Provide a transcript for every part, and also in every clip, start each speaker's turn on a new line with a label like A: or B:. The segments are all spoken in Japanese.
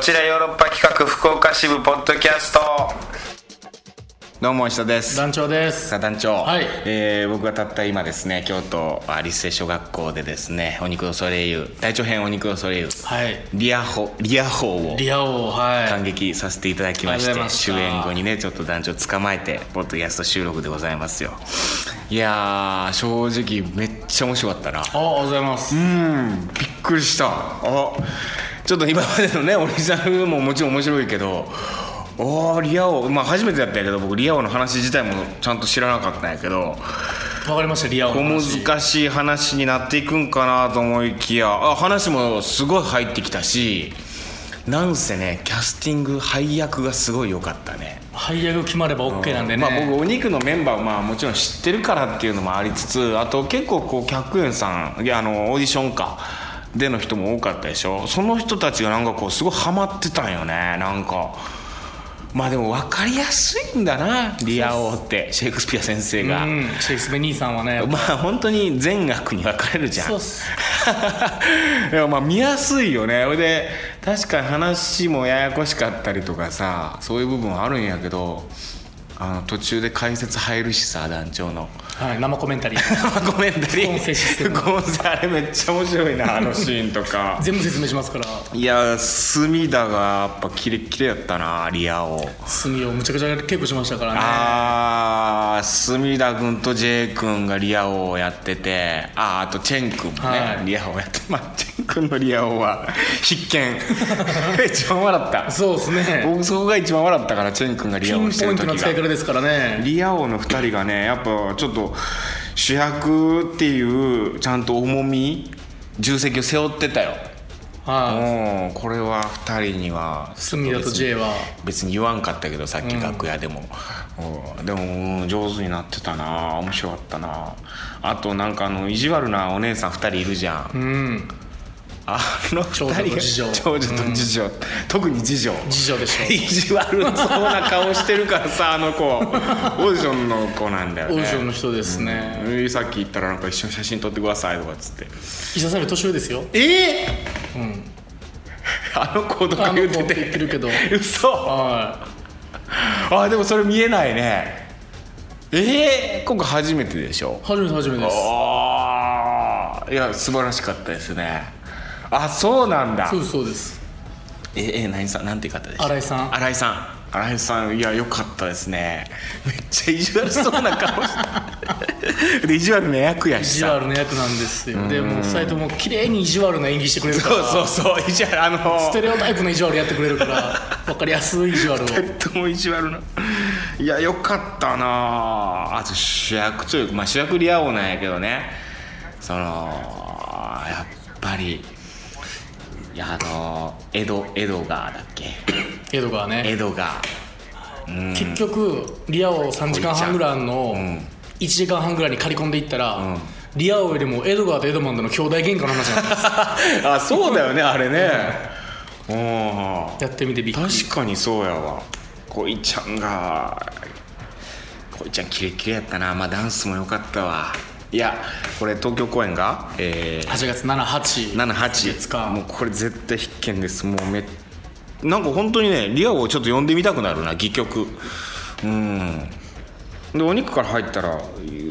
A: ちらヨーロッパ企画福岡支部ポッドキャストどうも石田です
B: 団長です
A: さあ団長、
B: はい
A: えー僕はたった今ですね京都アリスセ小学校でですね「お肉のソレイユ」大長編「お肉のソレイユ」
B: はい
A: リアホリアホーを
B: リア王はい
A: 感激させていただきまし
B: ありがとうござい
A: て
B: ました
A: 終演後にねちょっと団長捕まえてポッドキャスト収録でございますよいやー正直めっちゃ面白かったな
B: あおはようございます
A: うんびっくりしたあちょっと今までのねオリジナルももちろん面白いけどあーリア王まあ初めてだったんやけど僕リア王の話自体もちゃんと知らなかったんやけど
B: わかりましたリア王
A: 小
B: の話
A: 難しい話になっていくんかなと思いきやあ話もすごい入ってきたしなんせねキャスティング配役がすごい良かったね
B: 配役決まれば OK なんでね、
A: まあ、僕お肉のメンバーをまあもちろん知ってるからっていうのもありつつあと結構こう客員さんいやあのオーディションかでの人も多かったでしょその人たちがなんかこうすごいハマってたんよねなんかまあでも分かりやすいんだなリア王ってシェイクスピア先生が、
B: うん、シェイクスペ兄さんはね
A: まあ本当に全額に分かれるじゃん
B: そうっす
A: でもまあ見やすいよねほいで確かに話もややこしかったりとかさそういう部分はあるんやけどあの途中で解説入るしさ団長の
B: はい生コメンタリー
A: コメンタリー
B: 副音声システム
A: 副音声あれめっちゃ面白いなあのシーンとか
B: 全部説明しますから
A: いや隅田がやっぱキレッキレやったなリアを。
B: 炭をむちゃくちゃ稽古しましたからね
A: ああ隅田君と J 君がリア王をやっててあーあとチェン君もね、
B: はい
A: リア王やってまあチェン君のリア王は必 見一番笑った
B: そうですね
A: 僕そこが一番笑ったからチェン君がリ
B: ピ
A: ア王
B: ン
A: をして
B: ポイ
A: る
B: ント
A: 時
B: の使い
A: が
B: 方ですからね
A: リア王の2人がねやっぱちょっと主役っていうちゃんと重み重責を背負ってたよ
B: は
A: うんこれは2人にはい
B: 炭だと J は
A: 別に言わんかったけどさっき楽屋でも、うんでも、うん上手になってたな面白かったなあとなんかあの意地悪なお姉さん2人いるじゃん、
B: うん
A: あの2人が 長
B: 長女と次女
A: 女と次女特に次女
B: 次女でしょ
A: 意地悪そうな顔してるからさあの 子オーディションの子なんだよ
B: 王
A: ね
B: 女の人ですね、
A: えーさっき言ったらなんか一緒に写真撮ってくださいとかっつって
B: 石田さんより年上ですよ
A: え
B: うん
A: ー、あの子と
B: あ
A: か
B: の
A: 言って
B: 子って言って
A: て
B: るけど
A: 嘘
B: は
A: あでもそれ見えないねええ今回初めてでしょ
B: い初めて初めてです
A: ああいや素晴らしかったですねあそうなんだ
B: そうですそうです
A: ええ何さんなんていう方でした
B: 新井さん
A: 新井さん新井さんいや良かったですねめっちゃ意地悪そうな顔 してで意地悪な役や
B: 意
A: し
B: 地
A: さ
B: 悪な役なんですよでもう2人とも綺麗に意地悪な演技してくれるから
A: そうそうそう意地悪あの
B: ステレオタイプの意地悪やってくれ るから分かりやすい意地悪を
A: とっても意地悪ないやよかったなああと主役というか、まあ、主役リア王なんやけどねそのやっぱりいやあのエドエドガーだっけ
B: エドガーね
A: エドガー
B: 結局リアを3時間半ぐらいあんのを
A: ん
B: 1時間半ぐらいに刈り込んでいったら、リア王よりもエドガーとエドマンドの兄弟喧嘩の話なんです
A: あそうだよねあれねうん
B: やってみてびっくり
A: 確かにそうやわこいちゃんがこいちゃんキレッキレやったなまあダンスもよかったわいやこれ東京公演がえー
B: 8月78
A: 78
B: 月か
A: もうこれ絶対必見ですもうめなんか本当にねリアをちょっと呼んでみたくなるな戯曲うんでお肉から入ったら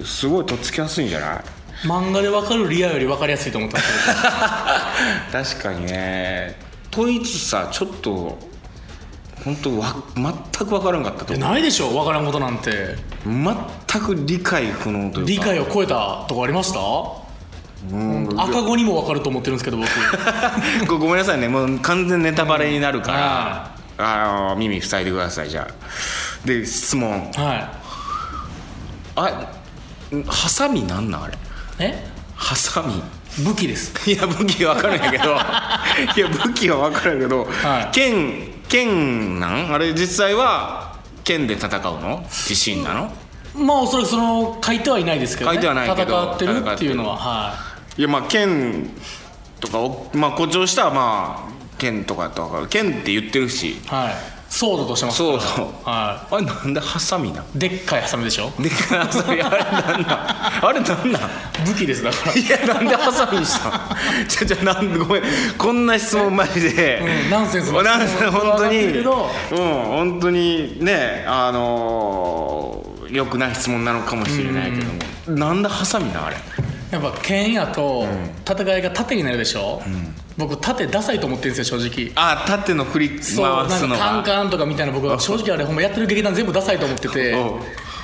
A: すごいとっつきやすいんじゃない
B: 漫画で分かるリアより分かりやすいと思ったんですけ
A: 確かにねと言いつつさちょっと本当わ全く分からんかったと
B: どないでしょ分からんことなんて
A: 全く理解不能というか
B: 理解を超えたとこありました
A: うん
B: 赤子にも分かると思ってるんで すけど僕
A: ごごめんなさいねもう完全ネタバレになるから、あの耳塞いでくださいじゃあで質問
B: は
A: あんハサミなんなんあれ
B: いえ
A: ハサミ
B: 武器です
A: いや武器は分かるんやけ どいや武器は分かるんやけど、
B: はい
A: 剣剣なんあれ実際は剣で戦うの自身なの
B: まあおそらくその書いてはいないですけど、ね、
A: 書いてはないけど
B: 戦ってるっていうのははい
A: やまあ剣とかをまあ誇張したらまあ剣とかとは分かる剣って言ってるし
B: いはいソードとしてますから
A: ソード
B: は
A: あれなんでハサミなん
B: いでっかいハサミでしょ
A: でっかいハサミあれなん なんあれなんなん
B: 武器ですだから
A: いやなんでハサミにしたん ちょちょなんでごめんこんな質問マジで、
B: うんナンセンスな質問
A: ナンセンス本当に
B: 分か
A: うん本当にねあのー、よくない質問なのかもしれないけども、なんでハサミなんあれ
B: やっぱ剣やと戦いが縦になるでしょ、僕縦ダサいと思ってるんですよ正直
A: あ縦の振り回す
B: そうなん
A: の
B: かカン
A: が
B: カンとかみたいな僕は正直あれほんまやってる劇団全部ダサいと思ってて
A: おう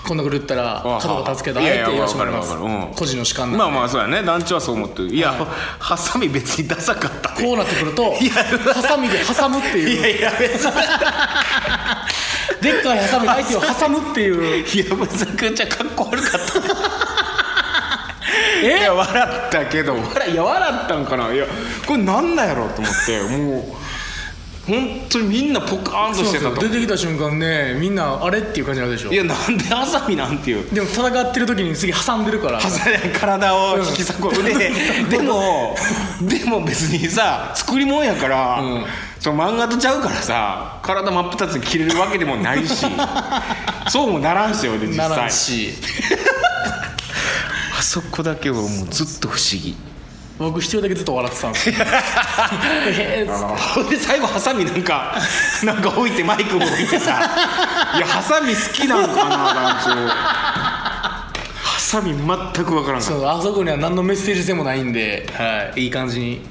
B: こんなこと言ったら
A: おう
B: 角が立つけど
A: い
B: あ
A: やい
B: え
A: や
B: て言わせてもらいま
A: わ
B: す
A: かるわかるうん
B: 個人の主観なんで
A: まあまあそうやね団長はそう思ってるいや、ハサミ別にダサかったね
B: こうなってくると
A: いや
B: ハサミで挟むって
A: い
B: いう
A: やいや別に
B: でっかいハサミで相手を挟むっていう
A: いやむずくんちゃんかっこ悪かったい
B: え
A: や笑ったけど笑いや笑ったんかないやこれなんなんやろうと思ってもう本当にみんなポカーンと
B: そう
A: してた
B: そ
A: と
B: う
A: 思
B: 出
A: う
B: てきた瞬間ねみんなあれっていう感じになるでしょ
A: いやなんでハサミなんていう
B: でも戦ってる時に次挟んでるから
A: ハサミ体を引き裂く、うででもでも別にさ作り物やから、
B: うん
A: その漫画とちゃうからさ体真っ二つに切れるわけでもない しそうもならんしよで実
B: なら
A: 際
B: んし
A: あそこだけはもうずっと不思議
B: 僕一人だけずっと笑ってた んですよえー
A: ほんで最後ハサミなんかなんか置いてマイクも置いて さいやハサミ好きなのかな団長ハサミ全くわからんかっ
B: そうあそこには何のメッセージ性もないんで、はい、いい感じに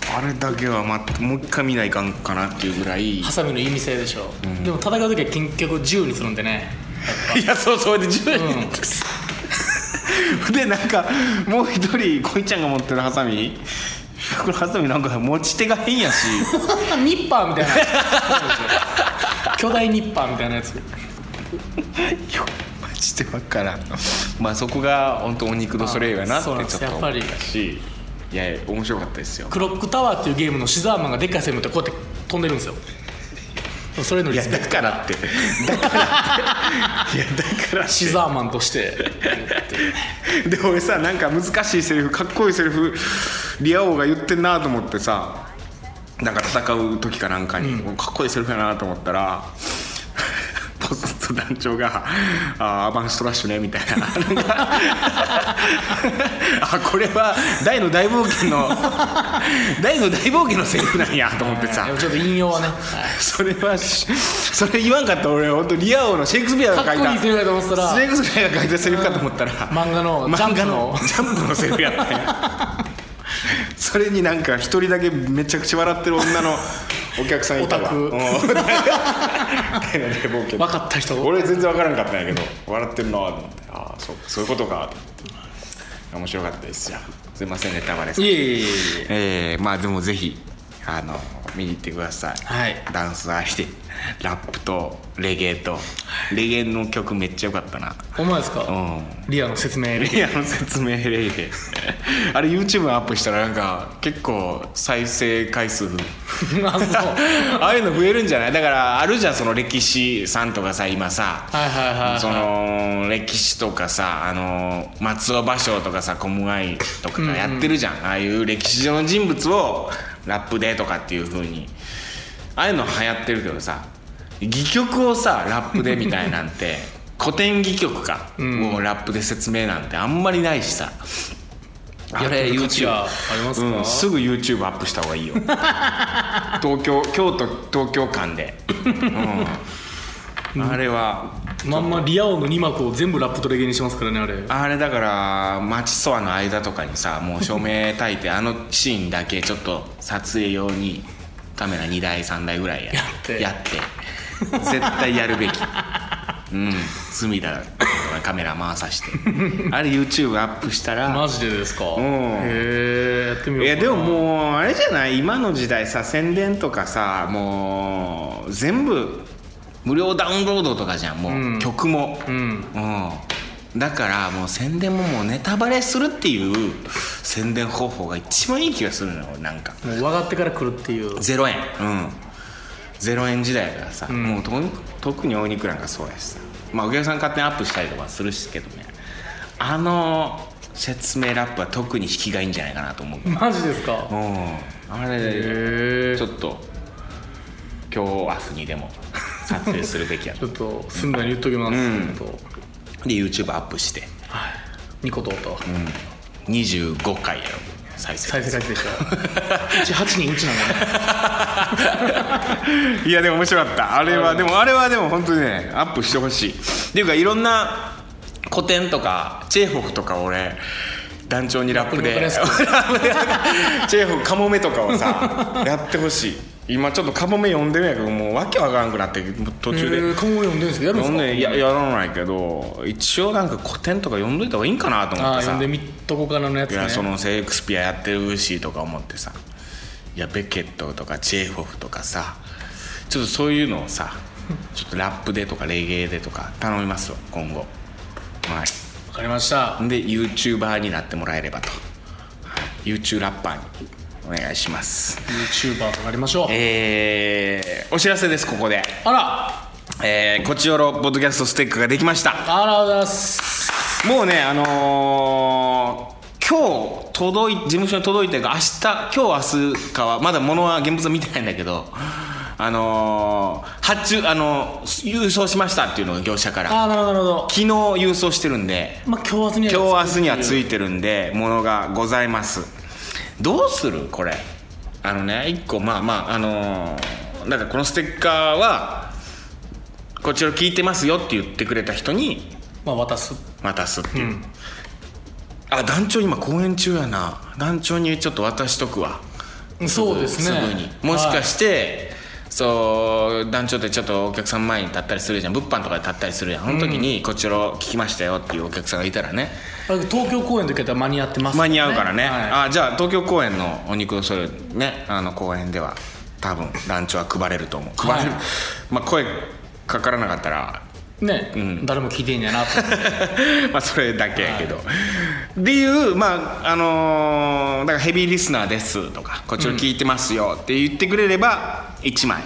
A: たあれだけは、ま、もう一回見ないかんかなっていうぐら いい
B: ハサミの意味性でしょ、でも戦う時は結局銃にするんでね
A: やそうそうで10
B: うん
A: 人です、でなんかもう一人こいちゃんが持ってるハサミこれハサミなんか持ち手が変やし
B: ニッパー みたいなそうですよ巨大ニッパーみたいなやつ
A: いやマジでわからんまあそこが本当お肉のそれやなってち
B: そう
A: ょ
B: なん
A: っ
B: です
A: と
B: やっ
A: 思
B: ぱ
A: っ
B: り
A: たしいや面白かったですよ
B: クロックタワーっていうゲームのシザーマンがでっかいセミってこうやって飛んでるんですよそれの
A: い
B: リ
A: や
B: スペ
A: だ
B: ク
A: からってだからっていやだから
B: トシザーマンとして
A: で俺さなんか難しいセリフかっこいいセリフリア王が言ってんなと思ってさなんか戦う時かなんかに、かっこいいセリフやなと思ったら ポスト団長が「あーアバンストラッシュね」みたいななんかあこれは大の大冒険の大の大冒険のセリフなんやと思ってさ
B: でもちょっと引用はね
A: それはしそれ言わんかったら俺本当リア王のシェイクスピアが書いた
B: かっこいいセリフやと思ってたら
A: シェイクスピアが書いたセリフかと思ったら
B: 漫画のジャン
A: 漫
B: プ
A: 画
B: の
A: のジャンプのセリフやったんやそれになんか一人だけめちゃくちゃ笑ってる女のお客さんいたわ
B: オタク
A: うん大の大冒険
B: 分かった人
A: 俺全然分からんかったんやけど笑ってるなと思ってああそうそういうことかと思って面白かったですよすいませんネタバレさせ
B: い
A: て
B: えいえいえいえ
A: えーまあでもぜひあの見に行ってください、
B: はい
A: ダンスありでラップとレゲエとレゲエの曲めっちゃ良かったな
B: お前ですか、
A: う
B: リアの説明
A: レゲエの説明レゲエ あれ YouTube にアップしたらなんか結構再生回数
B: あそう
A: ああいうの増えるんじゃないだからあるじゃんその歴史さんとかさ今さ
B: はいはいはいはい
A: その歴史とかさあの松尾芭蕉とかさ小室井とかがやってるじゃん、ああいう歴史上の人物をラップでとかっていう風にああいうの流行ってるけどさ戯曲をさラップでみたいなん て古典戯曲か、をラップで説明なんてあんまりないしさあ
B: やっ
A: れ
B: てる価値
A: YouTube
B: はありますか
A: うん、すぐ YouTube アップした方がいい よ東京京都東京間 で、うん、あれは
B: まんまリア王の2幕を全部ラップとレゲエにしますからねあれ
A: あれだから町そわの間とかにさもう照明焚いてあのシーンだけちょっと撮影用にカメラ2台3台ぐらいや
B: やって
A: やって絶対やるべきうん隅田とかカメラ回さしてあれ YouTube アップしたら
B: マジでですか
A: ん
B: へえやってみよ
A: いうや
B: かな
A: でももうあれじゃない今の時代さ宣伝とかさもう全部無料ダウンロードとかじゃんもう、
B: うん
A: 曲も、
B: うん
A: うん、だからもう宣伝ももうネタバレするっていう宣伝方法が一番いい気がするのよなんか
B: もう分かってから来るっていう
A: 0円うん0円時代だからさ、
B: ん
A: もうと特にお肉なんかそうやしさまあお客さん勝手にアップしたりとかするしけどねあの説明ラップは特に引きがいいんじゃないかなと思う、うん、
B: マジですか
A: あ
B: へ
A: れ
B: え
A: ちょっと今日明日にでも撮影するべきや
B: ちょっとすんなり言っときます、
A: うん
B: ちょっと
A: で YouTube アップして
B: はいニコ動と、
A: 25回やろ再生
B: 再生回数でしょ うち8人うちなんだね
A: いやでも面白かったあれはでもあれはでも本当にねアップしてほしいっていうかいろんな古典とかチェーホフとか俺団長 にラップで
B: ラップに
A: チェーホフカモメとかを さやってほしい今ちょっとカモメ読んでるんやけどもうわけわからんくなって途中
B: え
A: で
B: ー、今後読んでるんですかやるんです
A: 読ん
B: か
A: でいややらないけど一応なんか古典とか読んどいた方がいいんかなと思っ
B: ああ
A: てさ
B: 読んでみとこからのやつ
A: い
B: ね
A: やそのセイクスピアやってるしとか思ってさいやベケットとかチェーホフとかさちょっとそういうのをさちょっとラップでとかレゲエでとか頼みますわ今後はい
B: わかりました
A: で YouTuber になってもらえればと YouTube ラッパーにお願いします
B: YouTuber となりましょう
A: えー、お知らせですここで
B: あら
A: えー、こちよろポッドキャストステッカーができました
B: あらだす
A: もうね、あのー今日届い事務所に届いてるか明日今日明日かはまだ物は現物は見てないんだけど、あのー発注、あのー郵送しましたっていうのが業者から
B: ああなるほどなるほど
A: 昨日郵送してるんで
B: まあ今日明日には
A: 今日明日にはつ
B: い
A: いてるんで物がございますどうするこれあのね一個まあまああのーだからこのステッカーはこちら聞いてますよって言ってくれた人に
B: まあ渡す
A: 渡すって
B: う
A: いうんあ団長今公演中やな団長にちょっと渡しとくわ
B: そうですね
A: すぐにもしか
B: て、
A: して、そう団長ってちょっとお客さん前に立ったりするじゃん物販とかで立ったりするじゃんその時に、こちらを聞きましたよっていうお客さんがいたらね
B: はい東京公演の時は間に合ってます
A: 間に合うからね、
B: はい
A: あじゃあ東京公演のお肉のそれねあの公演では多分団長は配れると思う配れる、
B: はい
A: まあ声かからなかったら
B: ね、誰も聞いてんやなと思って
A: まあそれだけやけど、っていうまああのーだからヘビーリスナーですとかこっちを聞いてますよって言ってくれれば1枚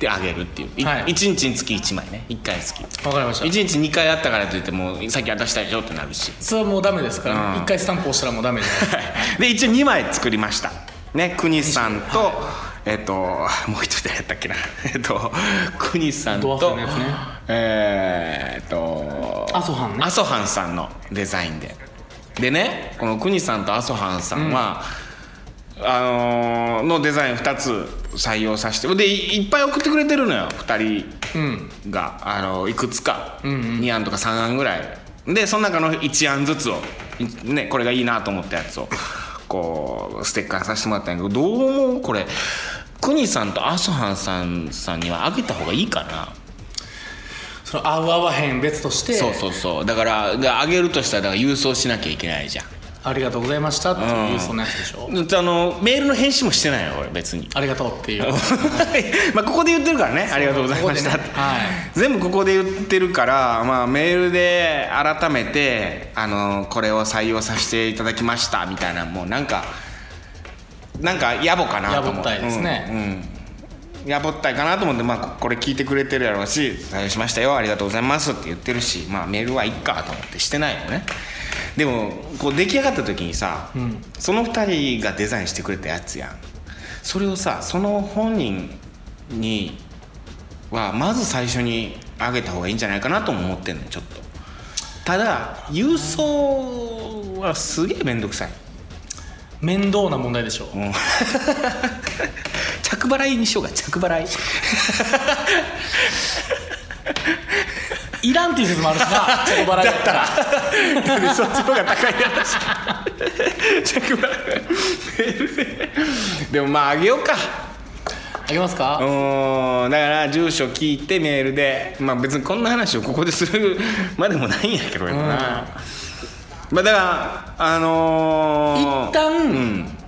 A: であげるっていう、い
B: はい
A: 一1日につき1枚ね1回につき1
B: わかりました
A: 日2回あったからといってもうさっき渡したでしょってなるし
B: それはもうダメですから、
A: う
B: 一
A: ん
B: 回スタンプ押したらもうダメじゃない
A: で一応2枚作りましたね国さんと、えっ、ともう一人誰やったっけなえっと国さん
B: ド
A: と
B: ワッフのやつね
A: えーっと
B: 阿蘇藩ね
A: 阿蘇藩さんのデザインででねこの国さんと阿蘇藩さんは、あのーのデザイン2つ採用させてでいいっぱい送ってくれてるのよ2人が、あのいくつか、2案とか3案ぐらいでその中の1案ずつを、いね、これがいいなと思ったやつをこうステッカーさせてもらったんやけどどう思うこれ国さんと阿蘇藩さんさんにはあげた方がいいかな
B: その合う合わへん別として
A: そうそうそうだからであげるとしたらだから郵送しなきゃいけないじゃん
B: ありがとうございましたっていうそんなやつでしょ、
A: だってあのメールの返信もしてないよ俺別に
B: ありがとうっていう
A: まあここで言ってるからねありがとうございました
B: こ
A: っ
B: こ
A: て
B: でねはい
A: 全部ここで言ってるから、まあ、メールで改めてあのこれを採用させていただきましたみたいなもうなんかなんか野暮かなと思う
B: 野暮ったいですね
A: うんうんやぼったいかなと思って、まあ、ここれ聞いてくれてるやろうし「採用しましたよありがとうございます」って言ってるし、まあ、メールはいっかと思ってしてないのねでもこう出来上がった時にさ、その2人がデザインしてくれたやつやんそれをさその本人にはまず最初にあげた方がいいんじゃないかなとも思ってんのよちょっとただ郵送はすげえ面倒くさい
B: 面倒な問題でしょう、
A: 着払いにしようか着払い
B: いらんっていう説もあるしな ちょっと笑いだったら
A: そっちの方が高いやつ着払いメールででもまああげようか
B: あげます
A: う
B: か、
A: ーんだから住所聞いてメールでまあ別にこんな話をここでする までもないんやけど俺もな、まあだからあのー、
B: 一旦
A: うん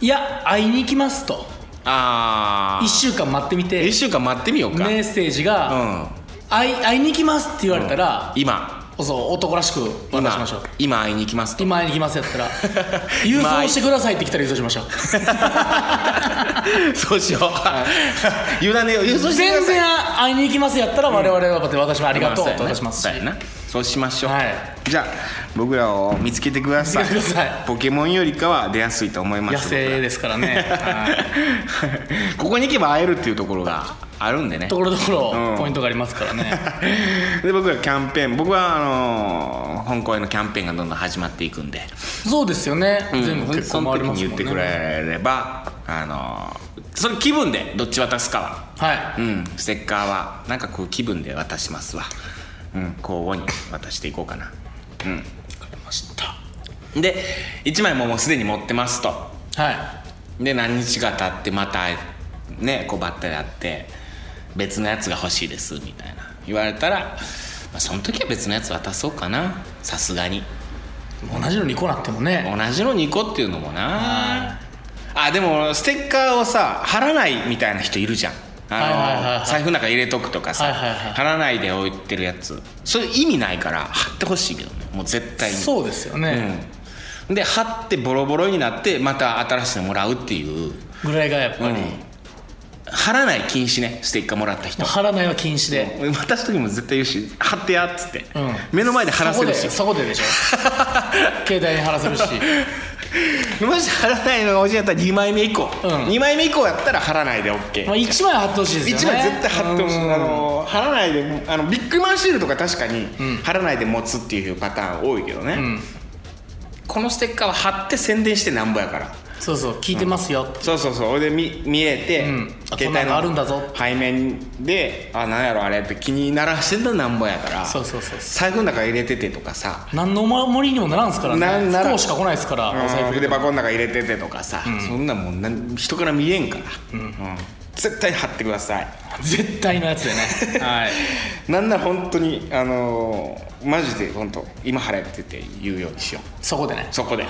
B: いや会いに行きますと
A: あ
B: 1
A: あ
B: 週間待ってみて
A: 1週間待ってみようか、
B: メッセージ
A: う
B: が
A: ん
B: 「会い会いに行きます」って言われたら、
A: 今
B: そう男らしく
A: 今
B: 渡しましょう
A: 今会いに行きますと
B: 今会いに行きますやったら 郵送してくださいって来たら郵送しましょう
A: そうしよう、 委ねよう郵送してください
B: 全然会いに行きますやったら我々は私もありがとうと渡しますし
A: そうやなそうしましょう、
B: はい
A: じゃあ僕らを見つけてください
B: 見つけてくださ
A: ポケモンよりかは出やすいと思いま
B: 野
A: す
B: 生ですからねはい
A: 僕らここに行けば会えるっていうところがあるんでね
B: ところどこ
A: うん
B: ろポイントがありますからね
A: で僕はキャンペーン僕はあのー本公演のキャンペーンがどんどん始まっていくんで
B: そうですよね全部結
A: そ
B: 構
A: の
B: 回
A: 時
B: ります
A: に言
B: も
A: って
B: ん
A: く
B: ね
A: れればあのーその気分でどっち渡すかは
B: はい
A: うん、ステッカーはなんかこう気分で渡しますわ、うん、交互に渡していこうかな、
B: 分かりました
A: うん、で1枚ももうすでに持ってますと
B: はい
A: で何日か経ってまたねこうばったり会って別のやつが欲しいですみたいな言われたら、まあ、その時は別のやつ渡そうかなさすがに
B: 同じの2個なってもね
A: 同じの2個っていうのもなあでもステッカーをさ貼らないみたいな人いるじゃん
B: はいはいはい
A: あ
B: は
A: の
B: い
A: 財布の中入れとくとかさ、
B: はいはいはい
A: 貼らないで置いてるやつそれ意味ないから貼ってほしいけどねもう絶対に
B: そうですよ
A: う
B: ね、
A: ん、で貼ってボロボロになってまた新しいのもらうっていう、
B: ぐらいがやっぱり、
A: うん貼らない禁止ねステッカーもらった人
B: 貼らないは禁止で、
A: 渡す時も絶対言うし貼ってやっつって、
B: うん
A: 目の前で貼らせるし
B: そこでそこで でしょ携帯に貼らせるし
A: もし貼らないのがおじやったら2枚目以降、
B: うん
A: 2枚目以降やったら貼らないで OK1、
B: まあ1枚貼ってほしいです
A: 一
B: よね
A: 枚絶対貼ってほしい、
B: うん
A: あの貼らないであのビッグマンシールとか確かに貼らないで持つっていうパターン多いけどね、
B: ん
A: このステッカーは貼って宣伝してなんぼやから
B: そうそう聞いてますよ、
A: そうそうそう俺で見見えて、
B: うんあこんなのあるんだぞ
A: 背面であなんやろあれって気にならしてんだなんぼやから
B: そうそうそう
A: 財布の中入れててとかさ
B: 何の守りにもならんすから
A: な
B: ね
A: ならん
B: 不幸しか来ないですからお財
A: うん
B: 布
A: 筆箱の中入れててとかさ、そんなもんなん人から見えんから、うん絶対貼ってください
B: 絶対のやつでね はい
A: なんなら本当にあのーマジで本当今貼れって言って言うようにしよう
B: そこでね
A: そこで、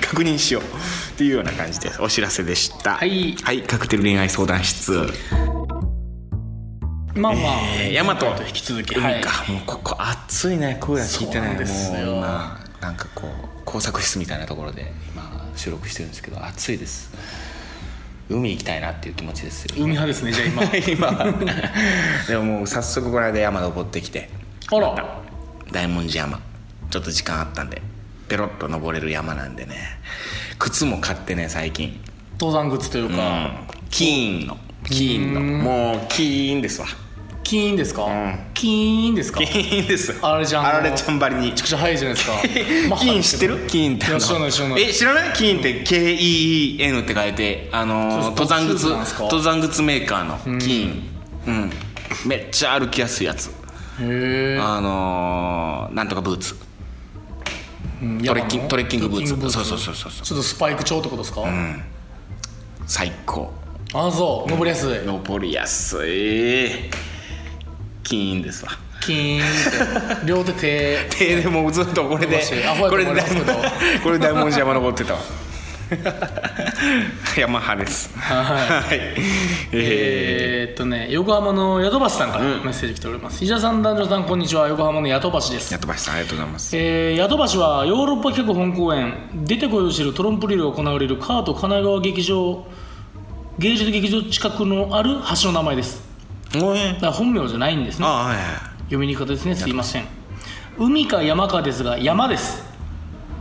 A: 確認しようっていうような感じですお知らせでした
B: はい
A: はい、カクテル恋愛相談室
B: まあまあ、
A: えー、大和
B: と引き続き、
A: 海
B: はい
A: か、、もうここ暑いねクーラー効いて
B: そう
A: な
B: ないんですよ
A: もう今なんかこう工作室みたいなところで今収録してるんですけど暑いです海行きたいなっていう気持ちですよ
B: 海派ですねじゃあ 今
A: 今でももう早速この間山登ってきて
B: あら
A: 大文字山ちょっと時間あったんでペロッと登れる山なんでね靴も買ってね最近
B: 登山靴という
A: う
B: か、
A: んキーンのキーンのもうキーンですわ
B: キーンですか、
A: ん
B: キーンですか
A: キ
B: めち
A: ーンですわ
B: あられちゃんの
A: あられちゃんばりに
B: ゃくちゃ速いじゃないですか マッハ
A: キーン知ってるキーンってあの
B: いや知らない知らない
A: え知らないキーンって KEEN って書いてあのー
B: そう
A: 登山靴
B: そうなんですか
A: 登山靴メーカーのキーンうんめっちゃ歩きやすいやつ
B: へえ
A: あのーなんとかブーツトレッキントレッキングブーツそうそうそうそうそう
B: ちょっとスパイク調ってことですか、
A: 最高
B: あそう登りやすい
A: 登りやすいキーンですわ
B: キーンって両手手
A: 手でもうずっとこれで
B: アホやと
A: こ
B: 思
A: れ
B: い
A: で
B: ますけど
A: これで大文字山登ってたわ 山派です
B: はい
A: はいえ
B: えーっとね横浜の宿橋さんからメッセージ来ております、石田さん男女さんこんにちは横浜の宿橋で
A: ー、や
B: す
A: っとばしさんありがとうございます
B: えー、宿橋はヨーロッパ企画本公演出てこようとしてるトロンプリルが行われるカート神奈川劇場芸術劇場近くのある橋の名前です
A: おえ
B: だから本名じゃないんですね
A: ああはいは
B: 読みにくかったですねすいません海か山かですが山です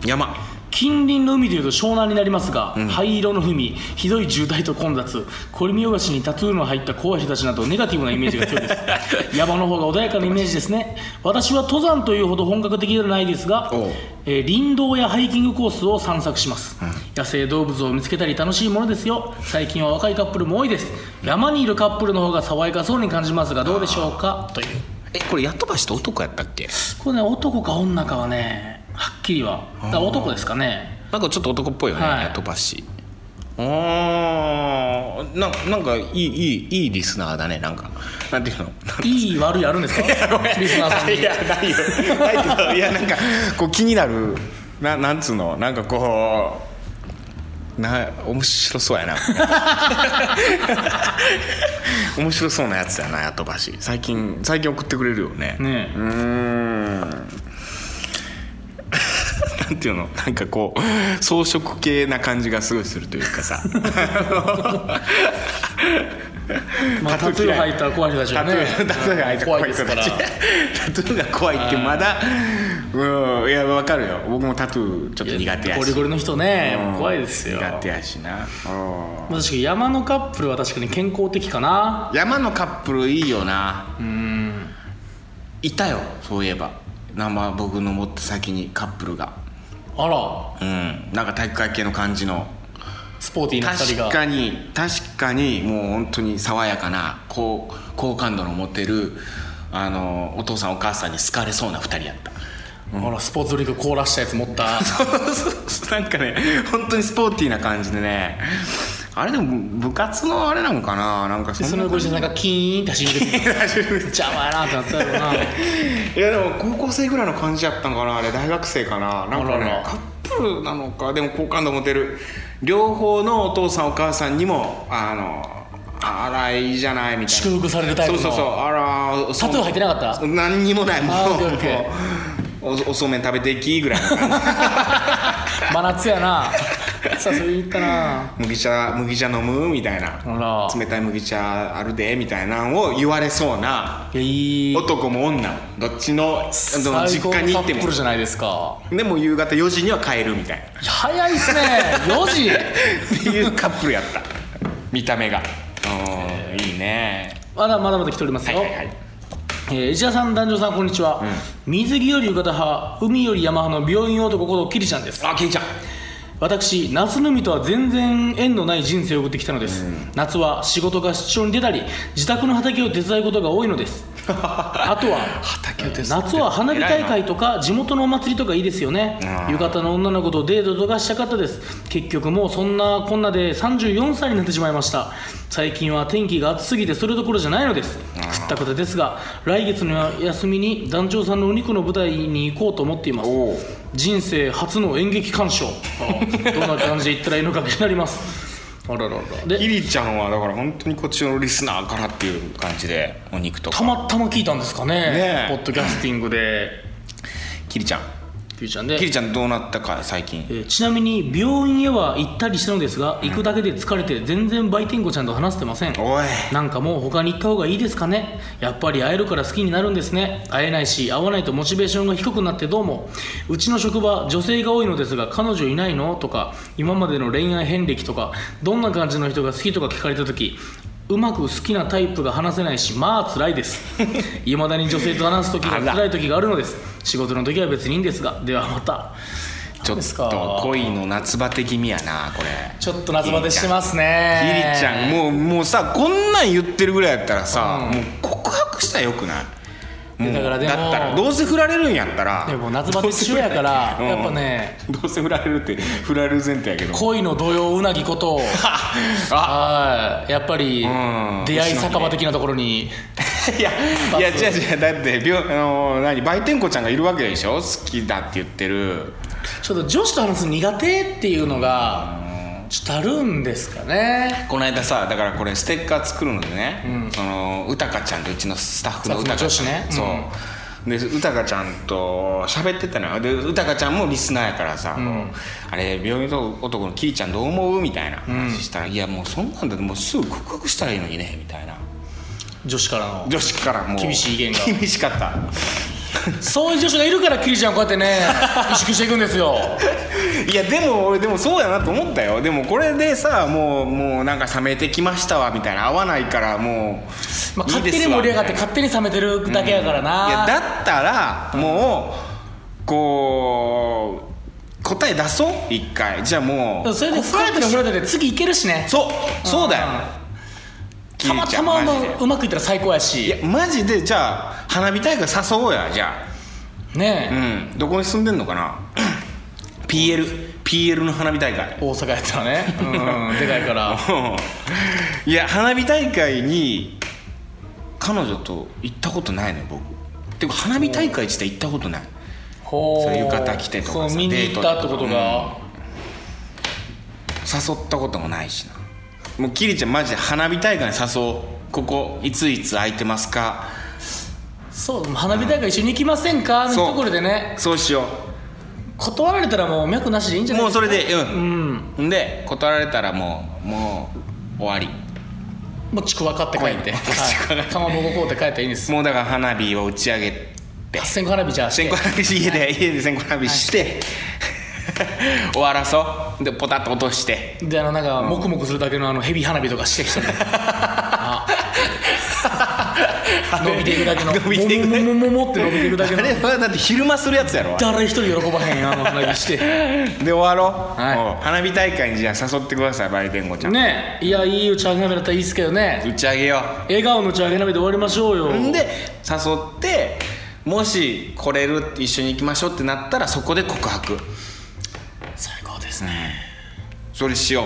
A: い山
B: 近隣の海でいうと湘南になりますが、灰色の海ひどい渋滞と混雑これ見よがしにタトゥーの入った怖い人たちなどネガティブなイメージが強いです 山の方が穏やかなイメージですね私は登山というほど本格的ではないですが
A: おう、
B: えー林道やハイキングコースを散策します、野生動物を見つけたり楽しいものですよ最近は若いカップルも多いです山にいるカップルの方が爽やかそうに感じますがどうでしょうかという
A: えこれやっとばしと男やったっけ
B: これね男か女かはねはっきりはだから男ですかね
A: なんかちょっと男っぽいよね、
B: はい
A: やっとばしあーななんかいいいいいいリスナーだねなんかなんていうの
B: いい悪いあるんですかリスナーさんに
A: いやないよないけどいやなんかこう気になるななんつうのなんかこうな面白そう やな面白そうなやつやなやとばし最近最近送ってくれるよね
B: ね
A: うーんなんていうのなんかこう装飾系な感じがすごいするというか さ
B: え、まあ、
A: タ
B: タ
A: ト
B: ト
A: ゥー
B: ゥー
A: 嫌い
B: 入ったら怖い人たち
A: タ
B: が
A: ト
B: ね
A: ゥータトゥーが開いて
B: 怖
A: 怖
B: い
A: い
B: で
A: 人
B: す
A: た
B: から
A: ちタトゥーが怖いってまだうんいやわかるよ僕もタトゥーちょっと苦手やし
B: ゴリゴリの人ね
A: うん
B: 怖いですよ
A: 苦手やしなうん
B: まあ確かに山のカップルは確かに健康的かな
A: 山のカップルいいよな
B: うん
A: いたよそういえば生僕のもっと先にカップルが
B: あら
A: うんなんか体育会系の感じの
B: スポーティーな2人
A: 確
B: が
A: かに確かにもう本当に爽やかな高好感度の持てるあのお父さんお母さんに好かれそうな2人やった
B: あらスポーツドリンク凍らしたやつ持った
A: なんかね本当にスポーティーな感じでねあれでも部活のあれなんかななんかそ
B: でそ
A: ん
B: の
A: な
B: 横になんかキーンって走り抜けて邪魔やなってなったやろうない
A: やでも高校生ぐらいの感じやったんかなあれ大学生かななんか
B: あら
A: ね
B: ら
A: カップルなのかでも好感度持てる両方のお父さんお母さんにもあのあらいいじゃないみたいな
B: 祝福されるタイプの
A: そうそうそうあら
B: タトゥー入ってなかっ
A: った何にもないも
B: あーオ
A: う
B: ッケーオ
A: も
B: ッケ
A: うおおそうめん食べていきぐらいの感
B: 真夏やなさあそれ言ったな
A: じ 麦茶麦茶飲むみたいな
B: あら
A: 冷たい麦茶あるでみたいなんを言われそうない
B: やいい
A: 男も女もどっちの
B: 最
A: ど
B: 高
A: の
B: の
A: 実家に行って
B: カッ
A: も
B: プルじゃないですか
A: でも夕方4時には帰るみたいな
B: いや早いっすね4時
A: っていうカップルやった見た目がうんいいね
B: まだまだまだ来ております
A: はい
B: よ、
A: はいはい
B: えー、石田さん男女さんこんにちは、水着より浴衣派海より山派の病院男ことキリちゃんです
A: あケイちゃん
B: 私夏の海とは全然縁のない人生を送ってきたのです、夏は仕事が出張に出たり自宅の畑を手伝うことが多いのです あとは
A: 畑を手伝う
B: 夏は花火大
A: 偉い
B: 会とか地元のお祭りとかいいですよね
A: あー
B: 浴衣の女の子とデートとかしたかったです結局もうそんなこんなで34歳になってしまいました最近は天気が暑すぎてそれどころじゃないのですくったくたですが来月の休みに団長さんのお肉の舞台に行こうと思っています
A: おう
B: 人生初の演劇鑑賞どんな感じで言ったらいいのか気になりますあらららら
A: キ
B: で
A: リちゃんはだから本当にこっちのリスナーからっていう感じでお肉と
B: た
A: か
B: またま聞いたんですかね
A: ねえ
B: ポッドキャスティングで
A: キリちゃん
B: キリちゃんで
A: キリちゃんどうなったか最近
B: えーちなみに病院へは行ったりしたのですが行くだけで疲れて全然売店子ちゃんと話してません
A: おい
B: なんかもう他に行った方がいいですかねやっぱり会えるから好きになるんですね会えないし会わないとモチベーションが低くなってどうもうちの職場女性が多いのですが彼女いないのとか今までの恋愛遍歴とかどんな感じの人が好きとか聞かれた時うまく好きなタイプが話せないしまあ辛いですいまだに女性と話す時が辛い時があるのです仕事の時は別にいいんですがではまた
A: ちょ
B: 何で
A: っ
B: すか
A: と恋の夏バテ気味やなこれ
B: ちょっと夏バテしてますね
A: キリちゃんもうもうさこんなん言ってるぐらいやったらさ、もう告白したらよくないもう
B: だからでも
A: だったらどうせ振られるんやったら
B: でも夏バテ中やから
A: どうせ振られる
B: やっぱね
A: うんどうせ振られるって振られる前提やけど
B: 恋の土用うなぎこと
A: あ
B: はいやっぱり
A: うん
B: 出会い酒場的なところに
A: いやいや違う違うだって病あの何売店子ちゃんがいるわけでしょ好きだって言ってる
B: ちょっと女子と話すの苦手っていうのがちょっとあるんですかね
A: この間さだからこれステッカー作るのでね、そのうたかちゃんとうちのスタッフのうたか
B: ス
A: ち
B: タ
A: ゃん、
B: ッフの女子ね
A: そう、でうたかちゃんと喋ってたのよでうたかちゃんもリスナーやからさ、あれ病院の男のキリちゃんどう思うみたいな話したら、いやもうそんなんだってもうすぐ告白したらいいのにねみたいな
B: 女子からの
A: 女子からもう
B: 厳しい意見が
A: 厳しかった
B: そういう女子がいるからキリちゃんこうやっ てね萎縮していくんですよ
A: いやでも俺でもそうやなと思ったよでもこれでさもうもうなんか冷めてきましたわみたいな合わないからもう、
B: まあ
A: いい
B: 勝
A: で
B: 手に
A: すわ
B: 盛り上がって
A: み
B: 勝手に冷めてるだけやから
A: たいないや
B: な
A: だったらもうこう答え出そう一回じゃあもう
B: それでフライトのフライトで次いけるしね
A: そうそうだよキ
B: た
A: リ
B: ま
A: ち
B: た
A: ゃん
B: ま
A: マジで
B: うまくいったら最高や
A: いや
B: し
A: マジでじゃあ花火大会誘おうやじゃ
B: ね
A: あうんどこに住んでんのかな PLPL の花火大会
B: 大阪やったらね うんでかいから
A: うんいや花火大会に彼女と行ったことないのよ僕でも花火大会自体行ったことない
B: ほ
A: そうう浴衣着てとかさ
B: そう見に行ったってこと
A: デー
B: が、
A: 誘ったこともないしなもうキリちゃんマジで花火大会に誘おうここいついつ空いてますか
B: そう花火大会一緒に行きませんかの
A: そう
B: ところでね
A: そうしよ
B: 断られたらもう脈なしでいいんじ
A: う
B: ゃない
A: もう
B: です
A: そ
B: か
A: れでう、
B: うんん
A: ん、で断られたらもうもう終わり
B: もうちくわかって帰って
A: 来い
B: はいかまぼこ買うて帰ったらいいんです
A: もうだから花火を打ち上げって
B: 線香花火じゃあして
A: 線香花火し家で、家で線香花火して、 終わらそうでポタッと落として
B: であのなんかモクモクするだけのあのヘビ花火とかしてきて ねああ伸びていくだけの
A: 伸びていくね
B: もももももって伸びていくだけ
A: あ
B: の
A: れはだって昼間するやつやろあれ
B: 誰一人喜ばへんあの花火して
A: で終わろう、
B: はい
A: おう花火大会にじゃあ誘ってください売店子ちゃん、
B: ねえいやいい打ち上げ鍋だったらいいっすけどね
A: 打ち上げよ
B: 笑顔の打ち上げ鍋で終わりましょうよ
A: う、んで誘ってもし来れる一緒に行きましょうってなったらそこで告白
B: 最高ですね、
A: それしよう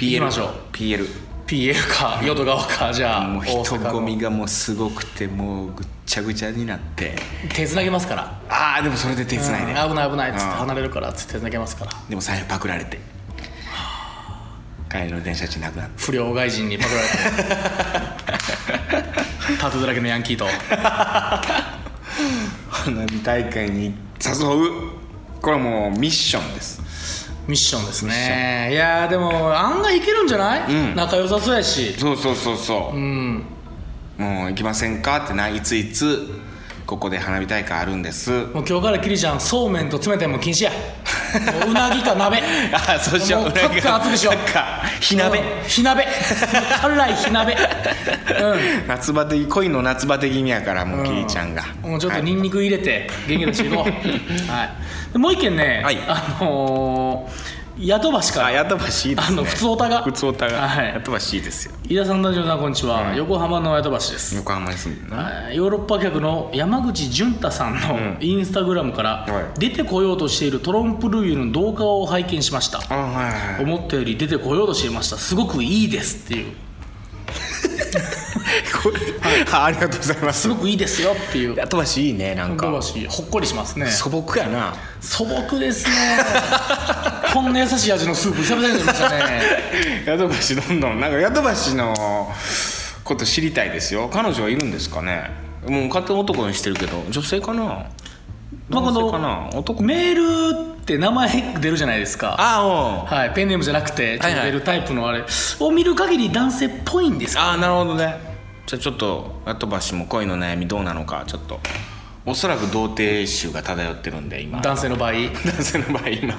A: PL
B: 行きましょう
A: PL
B: PL か淀川かじゃあ
A: もう
B: 大
A: 人
B: 阪の
A: 混みがもうすごくてもうぐっちゃぐちゃになって
B: 手繋げますから
A: ああでもそれで手つないで、
B: うん危ない危ないっつって
A: うん
B: 離れるからっつって手繋げますから
A: でも財布パクられて帰りの電車賃なくなって
B: 不良外人にパクられ てタトゥーだらけのヤンキーと
A: 花火大会に誘うこれはもうミッションです
B: ミッションですねいやーでも案外いけるんじゃない、
A: うん
B: 仲良さそうやし
A: そうそうそうそう、
B: うん
A: もう行きませんかってないついつここで花火大会あるんです
B: もう今日からキリちゃんそうめんと冷たいもん 禁止やもううなぎか鍋
A: あそうしよう
B: もうカッカ熱くしよう
A: カッカ火鍋、
B: うん火鍋辛い火鍋
A: 夏バテ恋の夏バテ気味やからもうキリちゃんが、
B: うんもうちょっと
A: はい
B: ニンニク入れて元気出していこう、 はい、でもう一件ね、
A: はい
B: あのー、ヤトバシか
A: あ
B: ら
A: やとばしいいで
B: あ
A: すね
B: の普通おたが
A: 普通おたが、
B: はい
A: やとばしいいですよ
B: 飯田さん大丈夫さんこんにちは、
A: うん
B: 横浜のヤトバシです
A: 横浜に住んでるな
B: はいヨーロッパ客の山口淳太さんのインスタグラムから、
A: はい
B: 出てこようとしているトロンプルイユの動画を拝見しました
A: あはいはいはい
B: 思ったより出てこようとしていましたすごくいいですっていう
A: これ あありがとうございます
B: すごくいいですよっていう
A: やとばしいいねなん
B: 香ば
A: か
B: しいほっこりしますね
A: 素朴やな
B: 素朴ですね こんな優しい味のスープ久々に飲みましたね
A: やとばしどんどんなんかやとばしのこと知りたいですよ彼女はいるんですかねもう勝手に男にしてるけど女性かな
B: まあこ
A: 男性
B: の
A: かな男
B: メールって名前出るじゃないですか
A: あおう
B: はい、ペンネームじゃなくてちょっ
A: はい
B: と
A: はい
B: 出るタイプのあれ、を見る限り男性っぽいんです
A: ああなるほどねじゃあちょっとやとばしも恋の悩みどうなのかちょっとおそらく童貞臭が漂ってるんで今
B: 男性の場合
A: 男性の場合今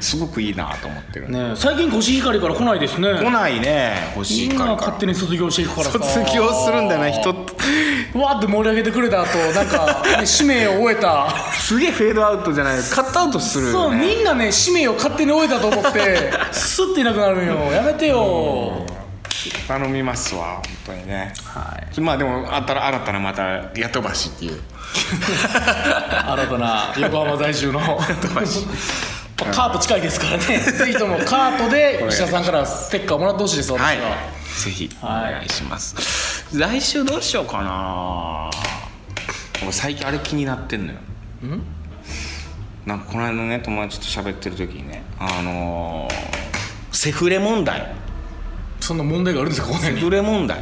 A: すごくいいなと思ってる、
B: ねえ最近コシヒカリから来ないですね
A: 来ないね欲しい
B: みん
A: か
B: な
A: ら
B: 勝手に卒業していくからさ
A: 卒業するんだよな人って
B: わーって盛り上げてくれた後なんか、ね、使命を終えた
A: すげえフェードアウトじゃないカットアウトする
B: そ
A: よ
B: う
A: ね
B: みんなね使命を勝手に終えたと思ってスッていなくなるんよやめてよ
A: 頼みますわ本当にね
B: はい
A: まあでもあったら新たなまたヤトバシっていう
B: 新たな横浜 在住のカート近いですからねぜひともカー トで石田さんからステッカーもらってほしいです私は、
A: はいぜひお
B: はい
A: 願いします、来週どうしようかな俺最近あれ気になってんのよなんかこの間ね友達と喋ってる時にねあのー、セフレ問題
B: そんな問題があるんですかこの
A: セ
B: 辺に
A: フレ問題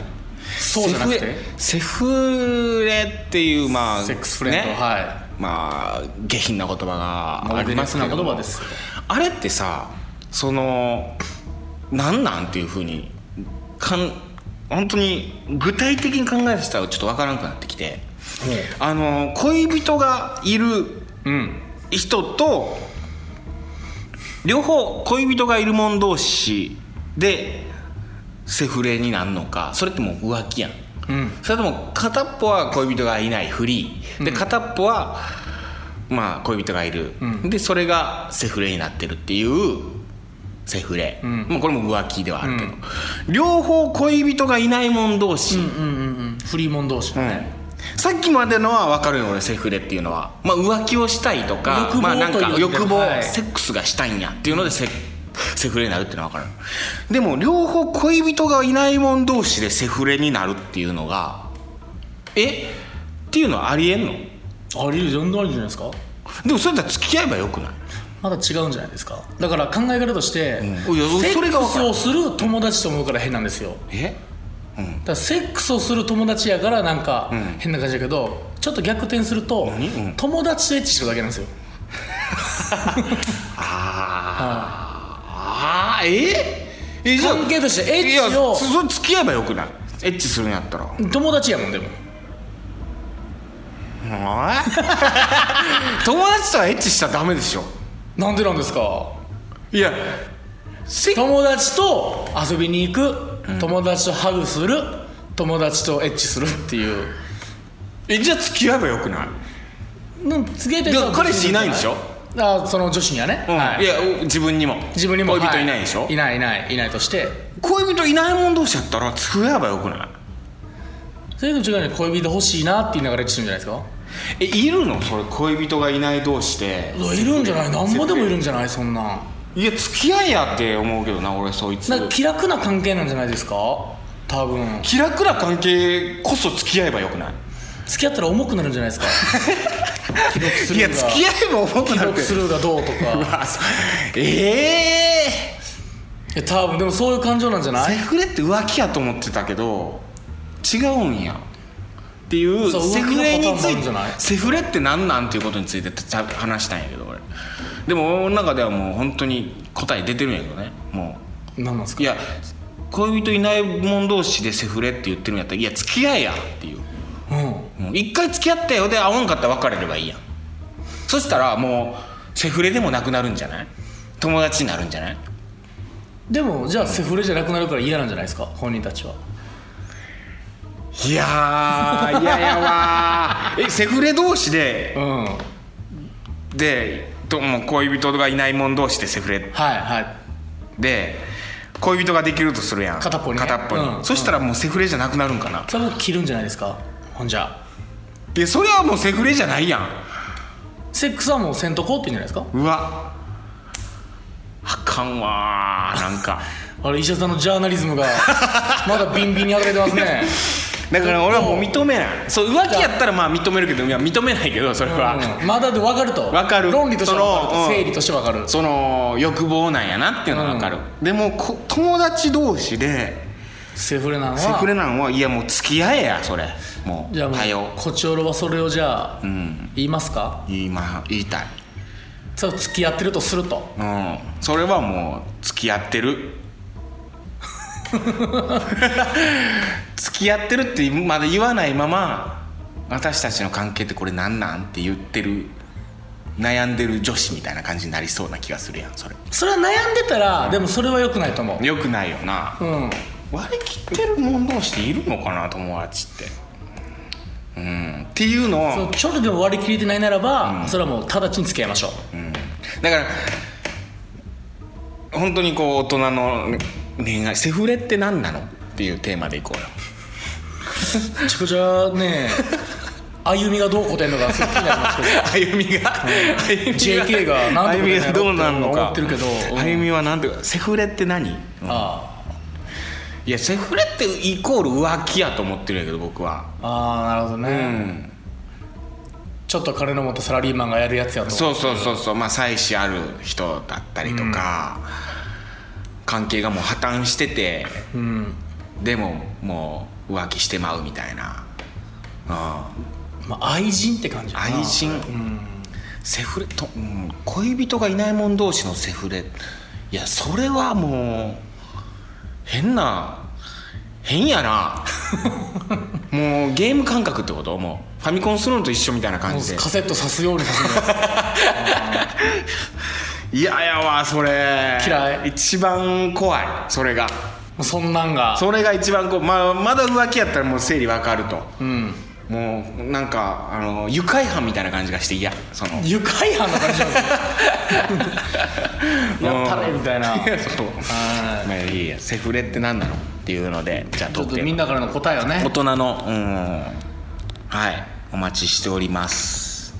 B: そうじゃなくて
A: セフレセフレっていうまあ
B: セックスフレンド、
A: ね
B: は
A: まあ下品な言葉
B: い
A: がありますけ
B: な
A: ど
B: 言葉です
A: あれってさそのなんなんっていうふうにかん本当に具体的に考えてたらちょっとわからなくなってきてあの恋人がいる
B: うん
A: 人と両方恋人がいる者同士でセフレになるのかそれってもう浮気やん
B: うん
A: それとも片っぽは恋人がいないフリーで片っぽはまあ恋人がいる、
B: うん
A: でそれがセフレになってるっていうセフレ、
B: ん
A: まあ、これも浮気ではあるけど、両方恋人がいない者同士、
B: うんうんうんうんフリーモン同士のね、
A: さっきまでのは分かるよ俺セフレっていうのは、まあ、浮気をしたいとか
B: 欲望
A: まあ、なん
B: という
A: か
B: か
A: 欲望、
B: はい
A: セックスがしたいんやっていうのでセ,、 セフレになるっていうのは分かるでも両方恋人がいない者同士でセフレになるっていうのがえっていうのはありえんの
B: あり得る全然ありじゃないですか
A: でもそれだったら付き合えばよくない
B: まだ違うんじゃないですかだから考え方として、
A: いや
B: セ
A: それ
B: ッ
A: が
B: ク
A: 分かる
B: スをする友達と思うから変なんですよ
A: えうん
B: だからセックスをする友達やからなんか
A: ん
B: 変な感じだけど、ちょっと逆転すると、
A: 何うん
B: 友達とエッチしてるだけなんですよ
A: あーあーええじゃあ
B: 関係としてエ
A: いや
B: ッチを
A: そそれ付き合えばよくないエッチするんやったら
B: 友達やもんでも
A: うん の友達とはエッチしちゃダメでしょ
B: なんでなんですか
A: いやせ
B: 友達と遊びに行く、友達とハグする友達とエッチするっていう
A: えじゃあ付き合えばよくない
B: うん付き合いたい
A: で
B: 人
A: も
B: は
A: 彼氏いないんでしょ、
B: あその女子にはね、
A: うん
B: はい
A: い、やお自分にも
B: 自分にも
A: 恋人
B: はい
A: ないでしょ、
B: いないいないいないとして
A: 恋人いないもん同士やったら付き合えばよくない
B: それでも違うね恋人欲しいなって言いながらエッチするんじゃないですか
A: えいるのそれ恋人がいない同士で
B: うわいるんじゃないなんぼでもいるんじゃないそんなん
A: いや付き合いやって思うけどな俺そいつ
B: なんか気楽な関係なんじゃないですか多分
A: 気楽な関係こそ付き合えばよくない
B: 付き合ったら重くなるんじゃないで すか記録す
A: い
B: るが
A: や付き合えば重く
B: 記
A: なる
B: 録するがどうとか
A: あそうええ
B: いや多分でもそういう感情なんじゃな
A: セ
B: い
A: フレって浮気やと思ってたけど違うんやっていう
B: そう
A: セフレにつ
B: 浮気のパターンもあ
A: い
B: るんじ
A: て
B: ゃない
A: セフレって何なんっていうことについてちゃ話したんやけど俺でも俺の中ではもう本当に答え出てるんやけどねも
B: 何なんです
A: う
B: か
A: いや恋人いない者同士でセフレって言ってるんやったらいや付き合えやっていう
B: うん
A: もう一回付き合ってよで会わんかったら別れればいいやんそしたらもうセフレでもなくなるんじゃない友達になるんじゃない
B: でもじゃあセフレじゃなくなるから嫌なんじゃないですか本人たちはい
A: やーいややわーえセフレ同士で
B: うんはい
A: でともう恋人がいないもん同士でセフレ
B: は
A: で恋人ができるとするやん
B: 片っぽにね
A: 片っぽに、
B: うん
A: そしたらもうセフレじゃなくなるんかな、
B: いそれ僕切るんじゃないですかほんじゃ
A: いやそれはもうセフレじゃないやん
B: セックスはもうせんとこうって言うんじゃないですか
A: うわあかんわーなんか
B: あれ石田さんのジャーナリ ズムがまだビンビンにあふれてますね
A: だから俺はもう認めないそう浮気やったらまあ認めるけどいや認めないけどそれは、
B: うんまだで分かると
A: 分かる
B: 論理としては
A: そのう
B: 分かると
A: ん
B: 整理として分かる
A: その欲望なんやなっていうのは分かる、でもこ友達同士で
B: セフレなんは
A: セフレなんはいやもう付き合えやそれもう
B: じゃあも
A: はよ
B: うこちおろはそれをじゃあ
A: うん
B: 言いますか
A: 今言いたい
B: そう付き合ってるとすると
A: うんそれはもう付き合ってる 付き合ってるってまだ言わないまま私たちの関係ってこれなんなんって言ってる悩んでる女子みたいな感じになりそうな気がするやんそれ
B: それは悩んでたらでもそれは良くないと思
A: よくないよな
B: ううん
A: 割り切ってる者同士でいるのかな友達ってうんっていうのを
B: そうちょっとでも割り切れてないならば、それはもう直ちに付き合いましょう、
A: だから本当にこう大人の恋愛セフレって何なのっていうテーマでいこうよ
B: めちゃくちゃね歩みがどうこうてんのかすごい気になりますけど
A: 歩みが歩み
B: JK がなんて
A: 歩
B: こと
A: み
B: 言うん
A: が
B: や
A: どう
B: ろって
A: なんのか
B: 思ってるけどうん
A: 歩みはなんてセフレって何、 うん
B: あ
A: いやセフレってイコール浮気やと思ってるんやけど僕は
B: あああなるほどね、
A: うん
B: ちょっと金の持ったサラリーマンがやるやつやと
A: そうそうそうそうまあ妻子ある人だったりとか、関係がもう破綻してて
B: うん
A: でももう浮気してまうみたいなあ
B: まあ、愛人って感じかな
A: 愛人、セフレと、うん、恋人がいない者同士のセフレいやそれはもう変な変や なもうゲーム感覚ってこともうファミコンするのと一緒みたいな
B: も
A: 感
B: う
A: じで
B: カセット刺すように刺す んだよ
A: いややわそれ
B: 嫌い
A: 一番怖いそれが
B: もうそんなんが
A: それが一番怖い、まあ、まだ浮気やったらもう整理わかると
B: うん
A: もうなんかあの愉快犯みたいな感じがして嫌その
B: 愉快犯の感じなんです よやったれみたいな
A: うんやそう
B: はい
A: まあいいやセフレって何なのっていうのでじゃあ
B: ち
A: ト
B: ょっ
A: ーク
B: と
A: テーマ
B: みんなからの答えをね
A: 大人のうんはいお待ちしております、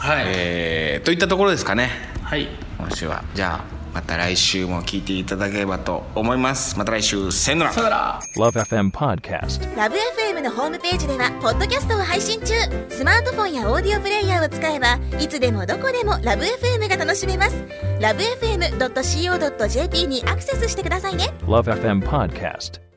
B: はい、
A: えー、といったところですかね
B: はい
A: 今週はじゃあまた来週も聞いていただければと思いますまた来週さよなら
B: さよなら
C: Love FM Podcast.
D: ラブ f m のホームページではポッドキャストを配信中スマートフォンやオーディオプレイヤーを使えばいつでもどこでもラブ f m が楽しめますラブ FM.co.jp にアクセスしてくださいね
C: Love FM Podcast.